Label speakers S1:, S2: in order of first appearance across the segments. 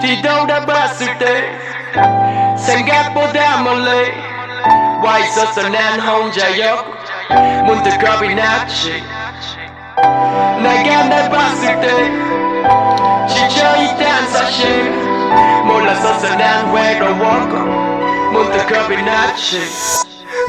S1: 뒤돌아 봤을 때 생각보다 멀리 와 있었어 난 혼자였고 문득 겁이 났지 내가 날 봤을 때 지쳐있단 사실 몰랐었어 난 외로웠고 문득 겁이 났지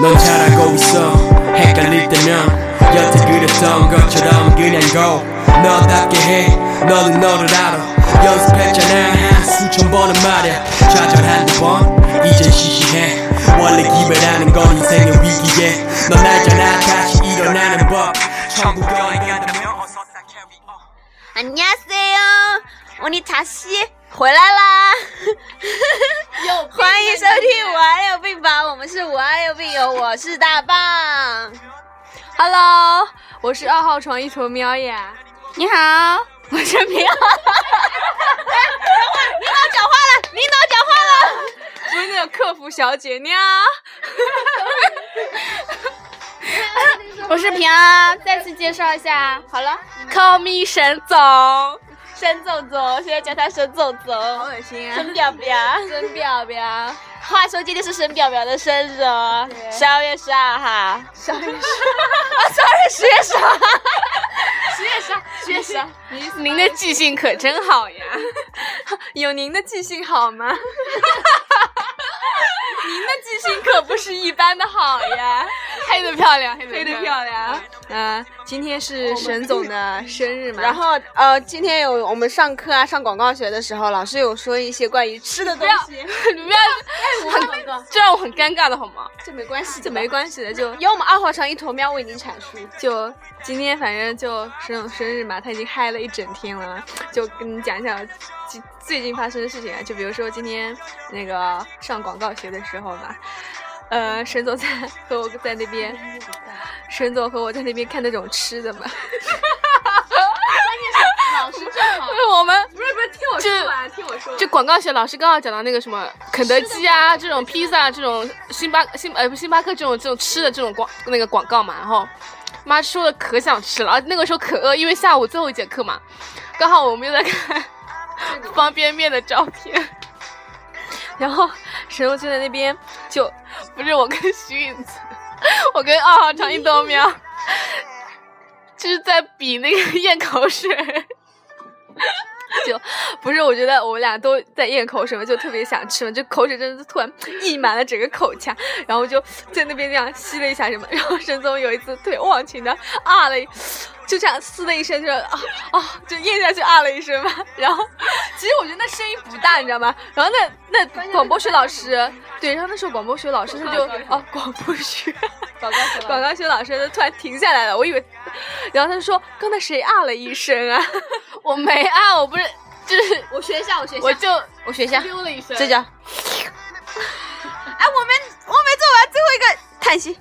S2: 넌 잘하고 있어 헷갈릴 때면 여태 그랬던 것처럼 그냥 go 너답게 해 너는 너를
S1: uh,
S2: 알아 연습했잖아 한 수천 번은 말야 좌절 한두 번 이제 시시해 원래 기별하는 건 인생의 위기에 넌 알잖아 다시 일어나는 법 천국 여행 간다면 어서 다 carry on
S3: 안녕하세요，我的茶西回来啦！
S4: 有病
S3: 欢迎收
S4: 吧你
S3: 听《我爱有病吧》，我们是我爱有病友，我是大棒。
S4: Hello，我是二号床一坨喵呀。
S3: 你好，我是平。 等会儿，领导讲话了，领导讲话了。
S4: 不是那个客服小姐喵。
S3: 我是平啊，再次介绍一下。好了，Call me 沈总，沈总总，现在叫他沈总
S4: 好
S3: 总，
S4: 恶心啊！
S3: 沈表表。
S4: 真表表，
S3: 话说今天是沈表表的生日哦，十二月十二号。
S4: 小 月
S3: 十二月十月十二。
S4: 啥？学啥？您的记性可真好呀！ 有您的记性好吗？您的记性可不是一般的好呀！ 黑的漂亮，黑的漂亮。嗯，今天是沈总的生日嘛？
S5: 然后呃，今天有我们上课啊，上广告学的时候，老师有说一些关于吃的
S4: 不
S5: 东
S4: 要，
S5: 西，
S4: 你不
S5: 哎
S4: 要，很这让我很尴尬的好吗？
S5: 这没关系，
S4: 这没关系的，就
S5: 有我们二号床一坨喵为您阐述。
S4: 就今天反正就沈总生日嘛，他已经嗨了一整天了，就跟你讲一讲最最近发生的事情啊，就比如说今天那个上广告学的时候嘛，呃，沈总在和我在那边，
S5: 嗯
S4: 沈总和我在那边看那种吃的嘛，
S5: 老师正 好
S4: 因 为我们
S6: 不是不是，听我
S4: 这
S6: 说完，听我说完。
S4: 就广告学老师刚刚讲到那个什么肯德基啊，这种披萨、这种星巴星呃不星巴克这种这种吃的这种广那个广告嘛，然后妈说的可想吃了，啊那个时候可饿，因为下午最后一节课嘛，刚好我们又在看方便面的照片。 然后沈又就在那边就不是我跟徐允子， 我跟二号长一豆苗，就是在比那个 咽口水。就不是，我觉得我们俩都在咽口水嘛，就特别想吃嘛，就口水真的突然溢满了整个口腔，然后就在那边这样吸了一下什么，然后沈总有一次特别忘情的啊了一，就这样嘶的一声就啊啊就咽下去啊了一声嘛，然后其实我觉得那声音不大，你知道吗？然后那那广播学老师，对，然后那时候广播学老师他就啊广播学。
S5: 广告学
S4: 广告学老师就突然停下来了，我以为，然后他就说刚才谁啊了一声啊？ 我没啊，我不是，就是
S6: 我学一下，我学一下，
S4: 我就
S5: 我学一下，
S6: 丢了一声。
S5: 这叫。哎，我们我没做完最后一个叹息。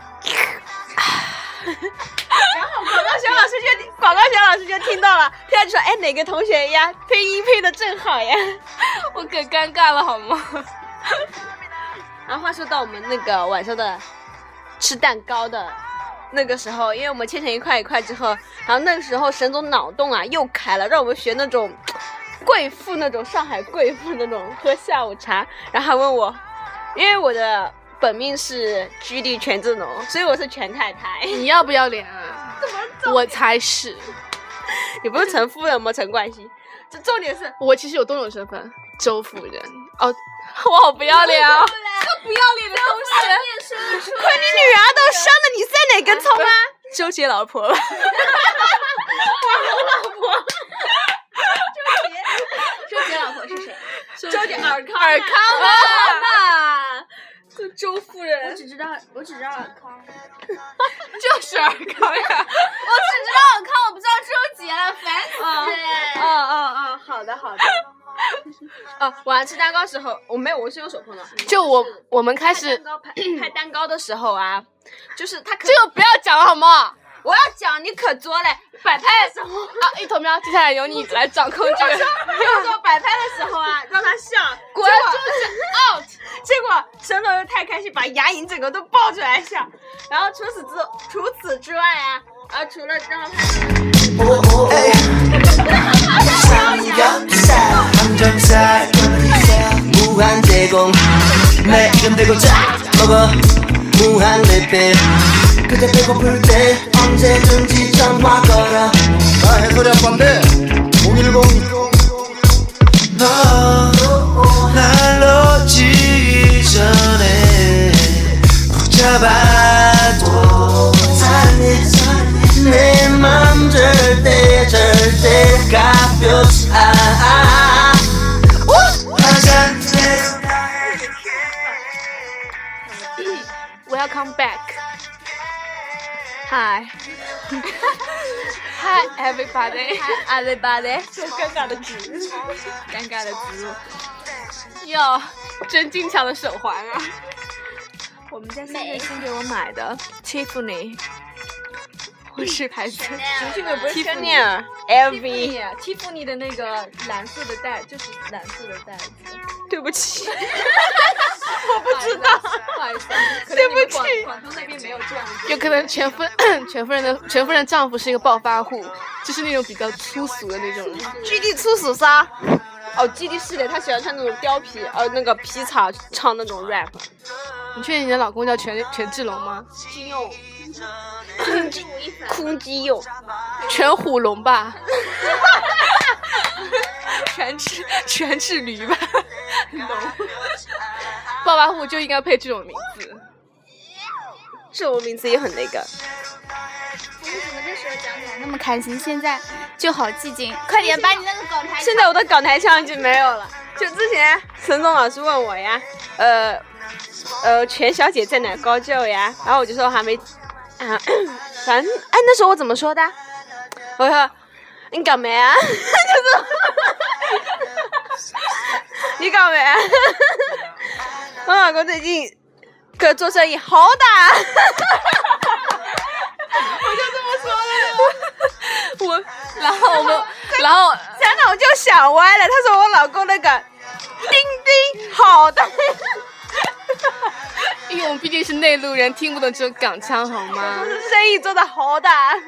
S5: 然后广告学老师就广告学老师就听到了，听到就说：“哎，哪个同学呀，配音配的正好呀。”
S4: 我可尴尬了好吗？
S5: 然后话说到我们那个晚上的吃蛋糕的那个时候，因为我们切成一块一块之后，然后那个时候沈总脑洞啊又开了，让我们学那种贵妇那种上海贵妇那种喝下午茶，然后还问我， 因为我的本命是居里全正农，所以我是 全太 太。
S4: 你要不要脸啊？我才是，
S5: 你不是陈夫人吗？陈冠希。这重点是
S4: 我其实有多种身份，周夫 人哦，我好不要脸
S5: 哦
S4: 啊！
S6: 不要脸的东西，
S5: 你女儿都生了，你算哪根葱啊？
S4: 周杰老婆吧，
S6: 周杰老婆是谁？
S5: 周点尔康，
S4: 尔康啊，
S5: 这周夫人
S6: 我只知道，我只知道尔康，
S5: 啊
S4: 就是尔康 呀、
S6: 我只知道尔康，我不知道周杰了，烦死
S5: 哦
S6: 人！
S5: 哦哦，好的好的。哦，晚上吃蛋糕时候，我没有，我是用手碰到。
S4: 就我我们开始
S5: 蛋糕拍拍 蛋糕的时候啊，就是他可
S4: 这个不要讲了好吗？
S5: 我要讲你可作嘞，哎摆拍的时候，
S4: 啊，一头喵，接下来由你来掌控这个。
S5: 又说摆拍的时候啊，让他笑， 果然
S4: 哦
S5: 就是 out。结果沈总又太开心，把牙龈整个都爆出来笑。然后除此之除此之外啊，呃，除了让他拍。
S7: 상이가 싸
S2: 전살 무한 제공 내 이름 대고 쫙 먹어 무한 리필 그대 배고플 때 언제든지 전화 걸어
S7: 나 해설이 아빠인데 010
S2: 너 날 놓치기 전에 붙잡아줘 사랑해 내맘 절대 절대 가볍지 않아 화장실
S5: Welcome back.
S4: Hi
S5: Hi everybody.
S4: everybody，尴尬的植入，尴尬的植入。
S5: 哟，真精巧的手环啊！
S4: 我们家先生新给我买的 Tiffany，
S5: 我是牌子。
S4: 这个不是 Chanel LV，
S8: Tiffany 的那个蓝色的带就是蓝色的带子，
S4: 对不起，
S8: 不知道，不好意 思啊，对不起，广东那边没有这样子。
S5: 有可能全夫 全夫人的全夫人丈夫是一个暴发户，就是那种比较粗俗的那种人。
S4: 基地粗俗杀。哦，基地是的，他喜欢穿那种貂皮，呃，那个皮草唱那种 rap。
S5: 你确定你的老公叫权权志龙吗？
S4: 空肌，空肌用，
S5: 全虎 龙吧，
S4: 全吃全吃驴吧。
S5: 暴发户就应该配这种名字。
S4: 这种名字也很那个。
S3: 怎么这时候讲起来那么开心？现在就好寂静，快点把你那个狗抬起
S4: 现在我的港台腔已经没有了。就之前陈总老师问我呀，呃，呃，全小姐在哪儿高就呀？然后我就说我还没， 啊，反正哎，那时候我怎么说的？我说你搞没啊？ 就是你搞没啊？ 我老公最近可做生意好 大。我
S5: 然后我们，然后
S4: 想想我就想歪了。他说我老公那个钉钉好的，
S5: 因为我们毕竟是内陆人，听不懂这种港腔，好吗？
S4: 生意做的好大。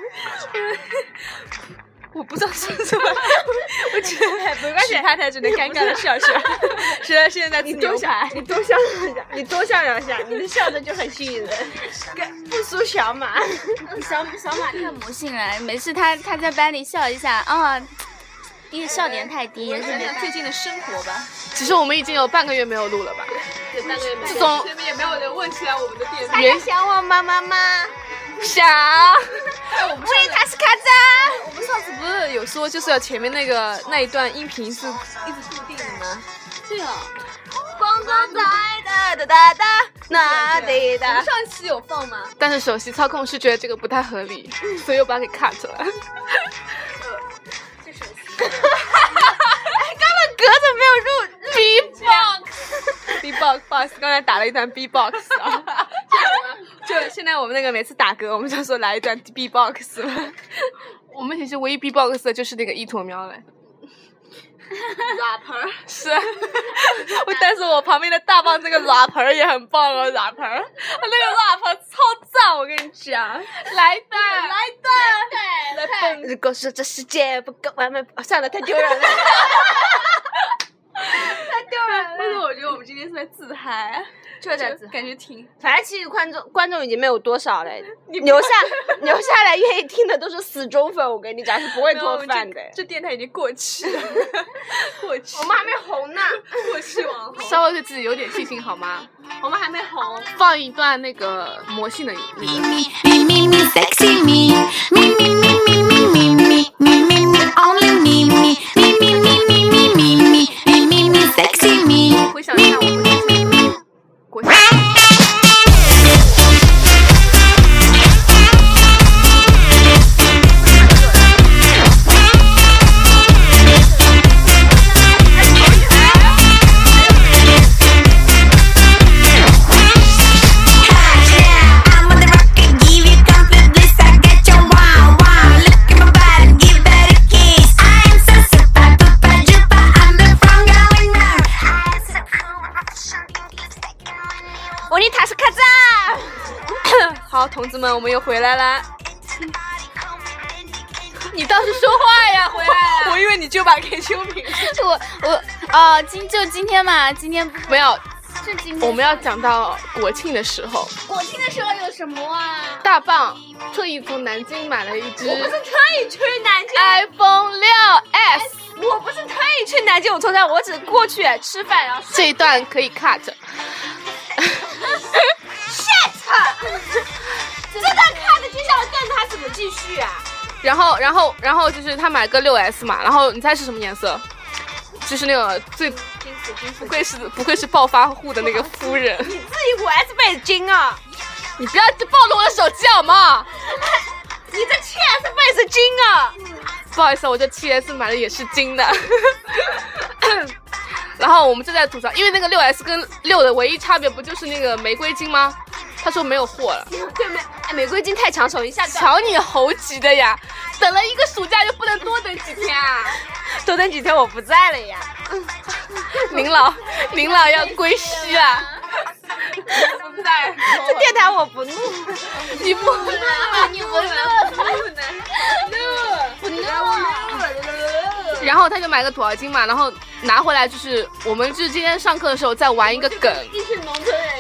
S5: 我不知道说 什么，我觉得
S4: 没关系，他才只能尴尬的笑笑。
S5: 实在现在
S4: 你多想，你多笑两下，你多笑两下，你的笑声就很吸引人，跟不输小马。
S3: 小小马太魔性了，每次他他在班里笑一下啊，因为笑点太低，也是没办法
S8: 最近的生活吧，
S5: 其实我们已经有半个月没有录了吧？
S4: 对，半个月没
S5: 自从
S8: 边也没有人问起来我们的电台。
S5: 原
S4: 想我妈妈吗？
S5: 想，
S8: 哎，我们上次
S5: 他是卡扎。我们上次不是有说，就是要前面那个那一段音频是
S4: 广东来的哒哒哒，
S5: 啊
S4: 哪里
S8: 我
S4: 的
S8: 们？上一期有放吗？嗯
S5: 但是手机操控是觉得这个不太合理，所以我把它给 cut 了。 哎
S4: 隔着没有入
S5: B 啊
S4: B box，不好意思，刚才打了一段 B box 啊。就现在我们那个每次打嗝，我们就说来一段 B box 了。
S5: 我们寝室唯一 B box 的就是那个一坨喵了。
S8: rapper，
S5: 是， 我但是我旁边的大棒这个 rapper 也很棒哦，rapper，那个 rapper 超赞，我跟你讲，来的来的，
S4: 如果说这世界不够完美，哦算了，太丢人了。
S8: 但是我觉得我们今天是在自嗨，
S4: 就在
S8: 感觉挺
S4: 反正其实观众观众已经没有多少了，留下 留下来愿意听的都是死忠粉，我跟你讲是不会脱饭的。
S8: 这电台已经过气了，过 气，
S4: 我们还没红呢，
S8: 过气网红，
S5: 稍微对自己有点信心好吗？
S8: 我们还没红。
S5: 放一段那个魔性的音乐，
S9: Me, me, me, sexy me. Me, me, me, me, me, me, me. Me, me, me, only me, me. Me, me, me, me, me, me, me. Me, me, me, sexy me.
S5: 回想一下我们之前国庆。
S9: I'm on the rock and give you complete bliss. I get your wow wow. Look at my body, give that a kiss. I'm so super, super duper. I'm the front going round. I'm so cool, I'm shining, keep taking my new.
S4: 我尼塔是卡 扎。好，同志们，我们又回来啦。
S9: It's a naughty, cool, romantic, and
S3: 你倒是说话呀， 回来呀！
S4: 我以为你就把 QQ 屏。
S3: 我我
S4: 呃
S3: 啊，今就今天嘛，今天
S5: 没有，
S3: 是今天。
S5: 我们要讲到国庆的时候，
S3: 国庆的时候有什么啊？
S5: 大棒特意从南京买了一只
S4: 特意去南京
S5: iPhone 六 S，
S4: 哎我不是特意去南京，我从那我只过去吃饭，然后
S5: 这一段可以 cut。
S4: 这段看的接下来段子还怎么继续啊？
S5: 然后，然后，然后就是他买了个六 S 嘛，然后你猜是什么颜色？就是那个最不愧是不愧是暴发户的那个夫人，
S4: 你自己果然是北京啊，
S5: 你不要暴露我的手机好吗？
S4: 你这气还是北是京啊？
S5: 嗯不好意思，我这 7S 买的也是金的。 然后我们就在吐槽，因为那个六 S 跟六的唯一差别不就是那个玫瑰金吗？他说没有货了，
S4: 对玫哎玫瑰金太抢手，一下
S5: 瞧你猴急的呀！等了一个暑假就不能多等几天 啊！
S4: 多等几天我不在了呀。
S5: 您老您老要归西啊！不在，
S4: 这电台我不录，
S5: 你不
S4: 啊
S3: 啊你不乐
S5: 然后他就买个土豪金嘛，然后拿回来就是我们就是今天上课的时候在玩一个梗，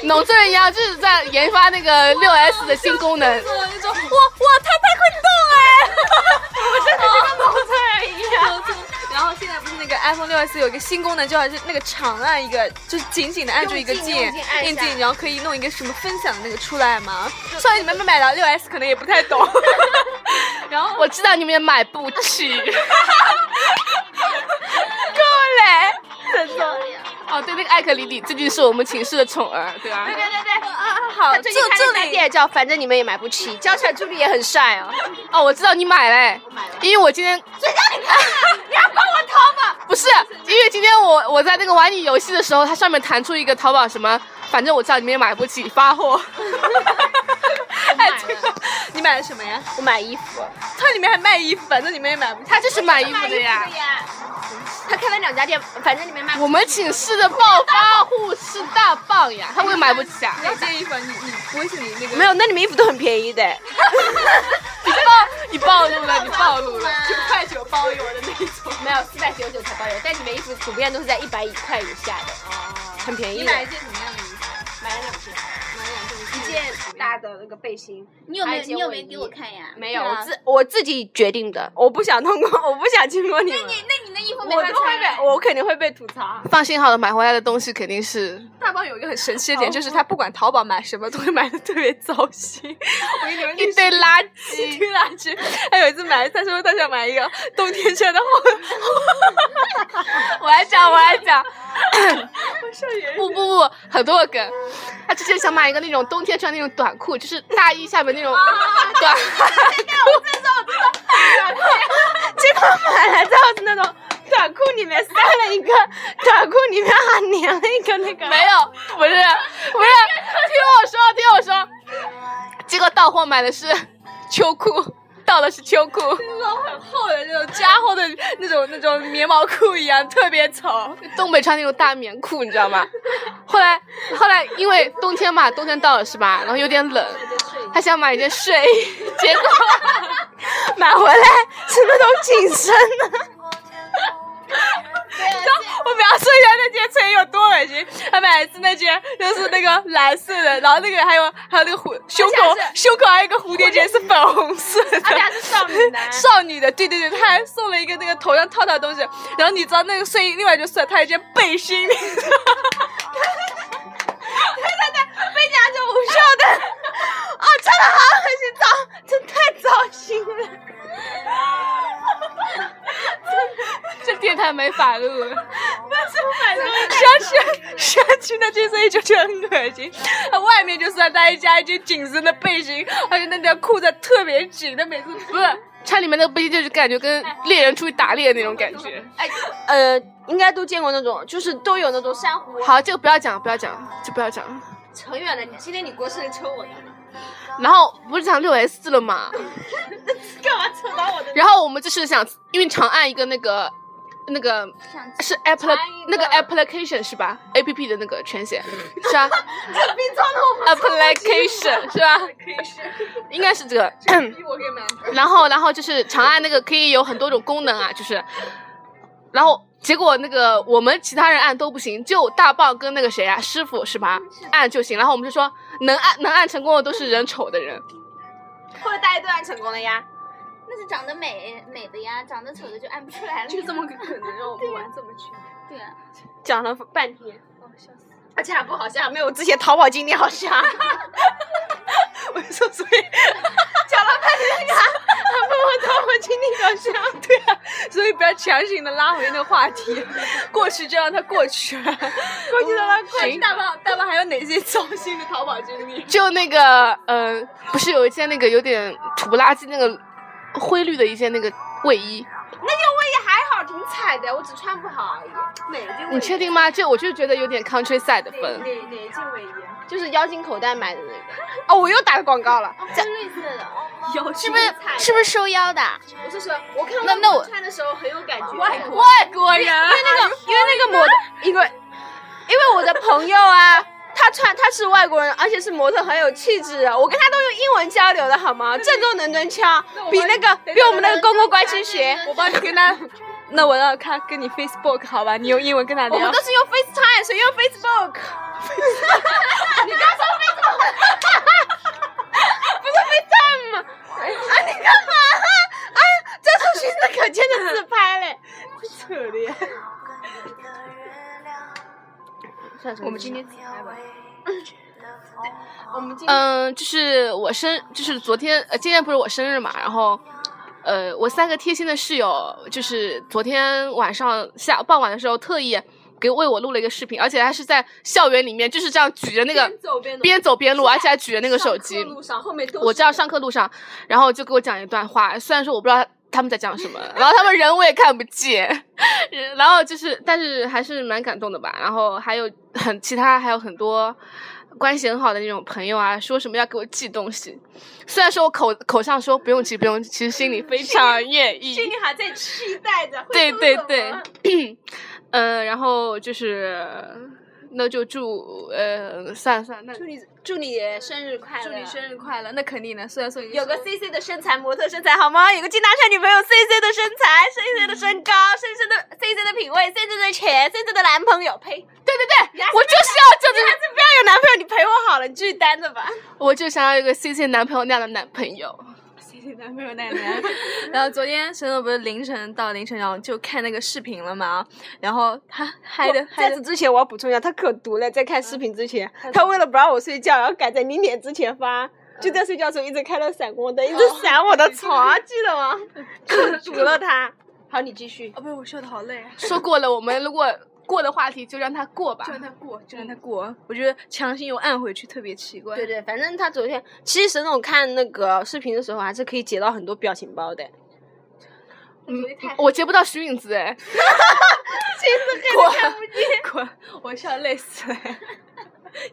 S5: 农村人一样就是在研发那个六 S 的新功能。
S4: 我就说我我他太会动哎，我真的就跟农村人一样。 然后现在不是那个 iPhone 六 S 有一个新功能，就是那个长按一个，就是紧紧的按住一个键，按键，然后可以弄一个什么分享那个出来嘛。少爷你们没买到六 S 可能也不太 懂。然后
S5: 我知道你们也买不起。
S4: 够嘞，真的。
S5: 哦，对，那个艾克里里最近是我们寝室的宠儿，对吧？
S4: 对对，啊好，这
S5: 哦这
S4: 这里也叫，反正你们也买不起，娇喘助理也很帅哦。
S5: 哦，我知道你买嘞，因为我今天
S4: 谁叫你看 的？你还帮我掏吗？
S5: 不是，因为今天我我在那个玩你游戏的时候，它上面弹出一个淘宝什么，反正我知道你们也买不起，发货。
S4: 哎，这个你买了什么呀？我买衣服，它里面还卖衣服，反正你们也买不起。
S5: 他就是买衣服的呀。
S4: 他开了两家店，反正你们买不
S5: 我们寝室的暴发户是大棒呀，他会买不起啊？
S8: 要件衣服，你你微信里那
S4: 起。没有，那你们衣服都很便宜的。
S5: 你暴你暴露了，你暴露了。
S8: 九块九包邮的那一种。
S4: 没有，四百九十九才包邮，但你们衣服普遍都是在一百块以下的，很便宜
S8: 你
S4: 的。
S8: 买一件什么样的衣服？
S4: 买了两件，买了两件，一件大的那个背心，
S3: 你有没有
S4: 哎
S3: 你有没有给我看呀？
S4: 没有，
S3: 对
S4: 我
S3: 啊
S4: 自我自己决定的，我不想通过，我不想经过你们。
S3: 那你的衣服没
S4: 我
S3: 法
S4: 都会
S3: 穿啊
S4: 被，我肯定会被吐槽。
S5: 放心好了，买回来的东西肯定是
S8: 大棒有一个很神奇的
S4: 点
S5: 哦
S8: 点，
S4: 就
S8: 就是是
S4: 他
S8: 他
S4: 不管淘宝买什么，都会买的特别糟心。 我给你们
S5: 一堆垃圾。
S4: 一堆垃圾。他有一次买，他说他想买一个冬天穿的 厚。
S5: 我来讲，我来讲。不不不，很多个梗。他之前想买一个那种冬天穿那种短裤，就是大衣下面那种短。
S4: 结果买来之后是那种短裤里面塞了一个，短裤里面还粘了一个那个。
S5: 没有，不是不是，听我说，听我说。结果到货买的是秋裤，到的是秋裤。
S4: 厚的那种加厚的那种那种棉毛裤一样，特别丑。
S5: 东北穿那种大棉裤，你知道吗？后来后来因为冬天嘛，冬天到了是吧？然后有点冷，他想买一件睡衣，结果
S4: 买回来是那种紧身 的。我描述一下那件衬衣有多恶心。他买的是那件，就是那个蓝色的，然后那个还有还有那个蝴胸口胸口还有一个蝴蝶结是粉红色的，而且还是少女的。 少女的，对对对，他还送了一个那个头上套套的东西。然后你知道那个睡衣，另外就算他一件背心。 对对对， 背心还是无袖的。哦，真的好恶心，糟，真太糟心了。
S5: 这电台没法 录了。
S4: 下去下去那件睡衣就觉得很恶心，它外面就是让大家加一件紧身的背心，而且那条裤子特别紧，他每次
S5: 不是穿里面那个背心，就是感觉跟猎人出去打猎那种感觉。
S4: 呃，应该都见过那种，就是都有那种珊瑚。
S5: 好，这个不要讲，不要讲，就不要讲。
S4: 扯远了，今天你过生日抽我的，
S5: 然后不是讲六 S 了嘛，
S4: 干嘛扯到我的？
S5: 然后我们就是想，因为长按一个那个那个是 Apple 那个 application 是吧？A P P 的那个全 写是啊 ，application 是吧？应该是这个。然后，然后就是长按那个可以有很多种功能啊，就是，然后结果那个我们其他人按都不行，就大棒跟那个谁啊师傅是吧按就行。然后我们就说能按能按成功的都是人丑的人，
S4: 后来大家都按成功了呀。
S8: 那是长得美美的呀，长得丑的就按不出来了。
S4: 就这么个可能让我们玩这么久，
S8: 对啊，
S4: 讲了半天，而且还不好笑，没有我之前淘宝经历好笑。 我就说所以讲了半天呀，还没有淘宝经历好笑。对啊，所以不要强行的拉回那个话题，过去就让它过去了，嗯过去让它过去。大宝，大宝还有哪些糟心的淘宝经历？
S5: 就那个嗯、呃不是有一件那个有点土不拉几那个灰绿的一件那个卫衣，
S4: 那件卫衣还好，挺彩的，我只穿不好而已。哪件
S5: 你确定吗？这我就觉得有点 countryside 的
S4: 哪
S5: 风。
S4: 哪件卫衣？就是妖精口袋买的那个。哦，我又打广告了。
S8: 是绿色的，哦
S4: 妖精
S8: 是不是是不是收腰的？
S4: 我是说，我看
S8: 那那我
S4: 穿的时候很有感觉。外国
S5: 外国人，
S4: 那个，因为那个模，因为因为我的朋友啊。 他穿他是外国人，而且是模特，很有气质啊。我跟他都用英文交流的好吗？郑州伦敦腔，比那个比我们那个公共关系学。我帮你跟他，那我让他跟你 Facebook 好吧？你用英文跟他聊。我 们都是用 FaceTime，谁用 Facebook？你刚说 Facebook，不是 FaceTime 吗？啊，你干嘛？啊，这是寻思可见的自拍嘞，扯的呀。我们今天
S5: 嗯，就是我生，就是昨天，呃，今天不是我生日嘛，然后，呃，我三个贴心的室友，就是昨天晚上下傍晚的时候，特意给为我录了一个视频，而且还是在校园里面，就是这样举着那个啊
S4: 走边
S5: 边走边录，而且还举着那个手机，
S4: 路上后面都
S5: 我知道上课路上，然后就给我讲一段话，虽然说我不知道他们在讲什么，然后他们人我也看不见， 人然后就是，但是还是蛮感动的吧。然后还有很其他还有很多关系很好的那种朋友啊，说什么要给我寄东西，虽然说我口口上说不用寄不用寄，其实心里非常愿意。
S4: 心里还在期待着。
S5: 对对对，嗯，然后就是。那就祝呃，算了算了，那
S4: 祝你祝你生日快乐，
S8: 祝你生日快乐，那肯定的。虽然说已经
S4: 有个
S8: 说
S4: C C 的身材，模特身材好吗？有个金大帅女朋友，C C 的身材，C C 的身高，C C 的 C C 的品味，C C 的钱，C C 的男朋友，呸！对对对，
S5: 我就是要就
S4: 你
S5: 是
S4: 还是不要有男朋友，你陪我好了，你继续单着 吧。
S5: 我就想要一个 C C 男朋友那样的男朋友。
S8: 男朋友奶奶。然后昨天沈总不是凌晨到凌晨，然后就看那个视频了嘛，然后他嗨的嗨
S4: 在
S8: 的
S4: 此之前我要补充一下，他可毒了，在看视频之前，嗯他为了不让我睡觉，然后赶在零点之前发。就在睡觉的时候一直开了闪光灯，一直闪我的床，记得 吗？可毒了他。好，你继续。
S8: 哦，不是，我笑的好累啊，
S5: 说过了，我们如果过的话题就让它过吧
S8: 就。让他过，就让他过。我觉得强行又按回去特别奇怪。
S4: 对对，反正他昨天，其实沈总看那个视频的时候，还是可以截到很多表情 包的。
S5: 嗯我截不到徐允姿哎，
S8: 滚！我笑累死 了，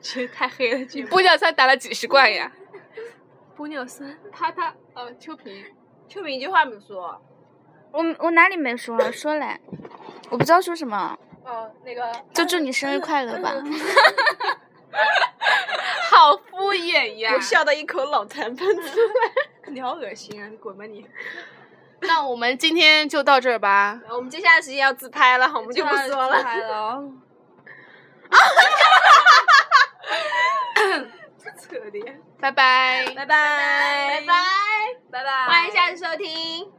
S8: 其实太黑了，这
S5: 玻尿酸打了几十罐 呀。
S8: 玻尿酸。
S5: 他他呃秋萍，
S4: 秋萍一句话没说。
S10: 我我哪里没说啊？说嘞，我不知道说什么，
S4: 哦，那个
S10: 就祝你生日快乐吧。
S5: 好敷衍 呀
S4: 我。笑的一口老痰喷出来。
S8: 你好恶心啊！你滚吧你！
S5: 那我们今天就到这儿吧。
S4: 我们接下来时间要自拍 了，我们就不说了。
S8: 拍了 哦，
S5: 拜拜。
S4: 拜拜拜拜，
S8: 拜拜。
S4: 欢迎下次收听。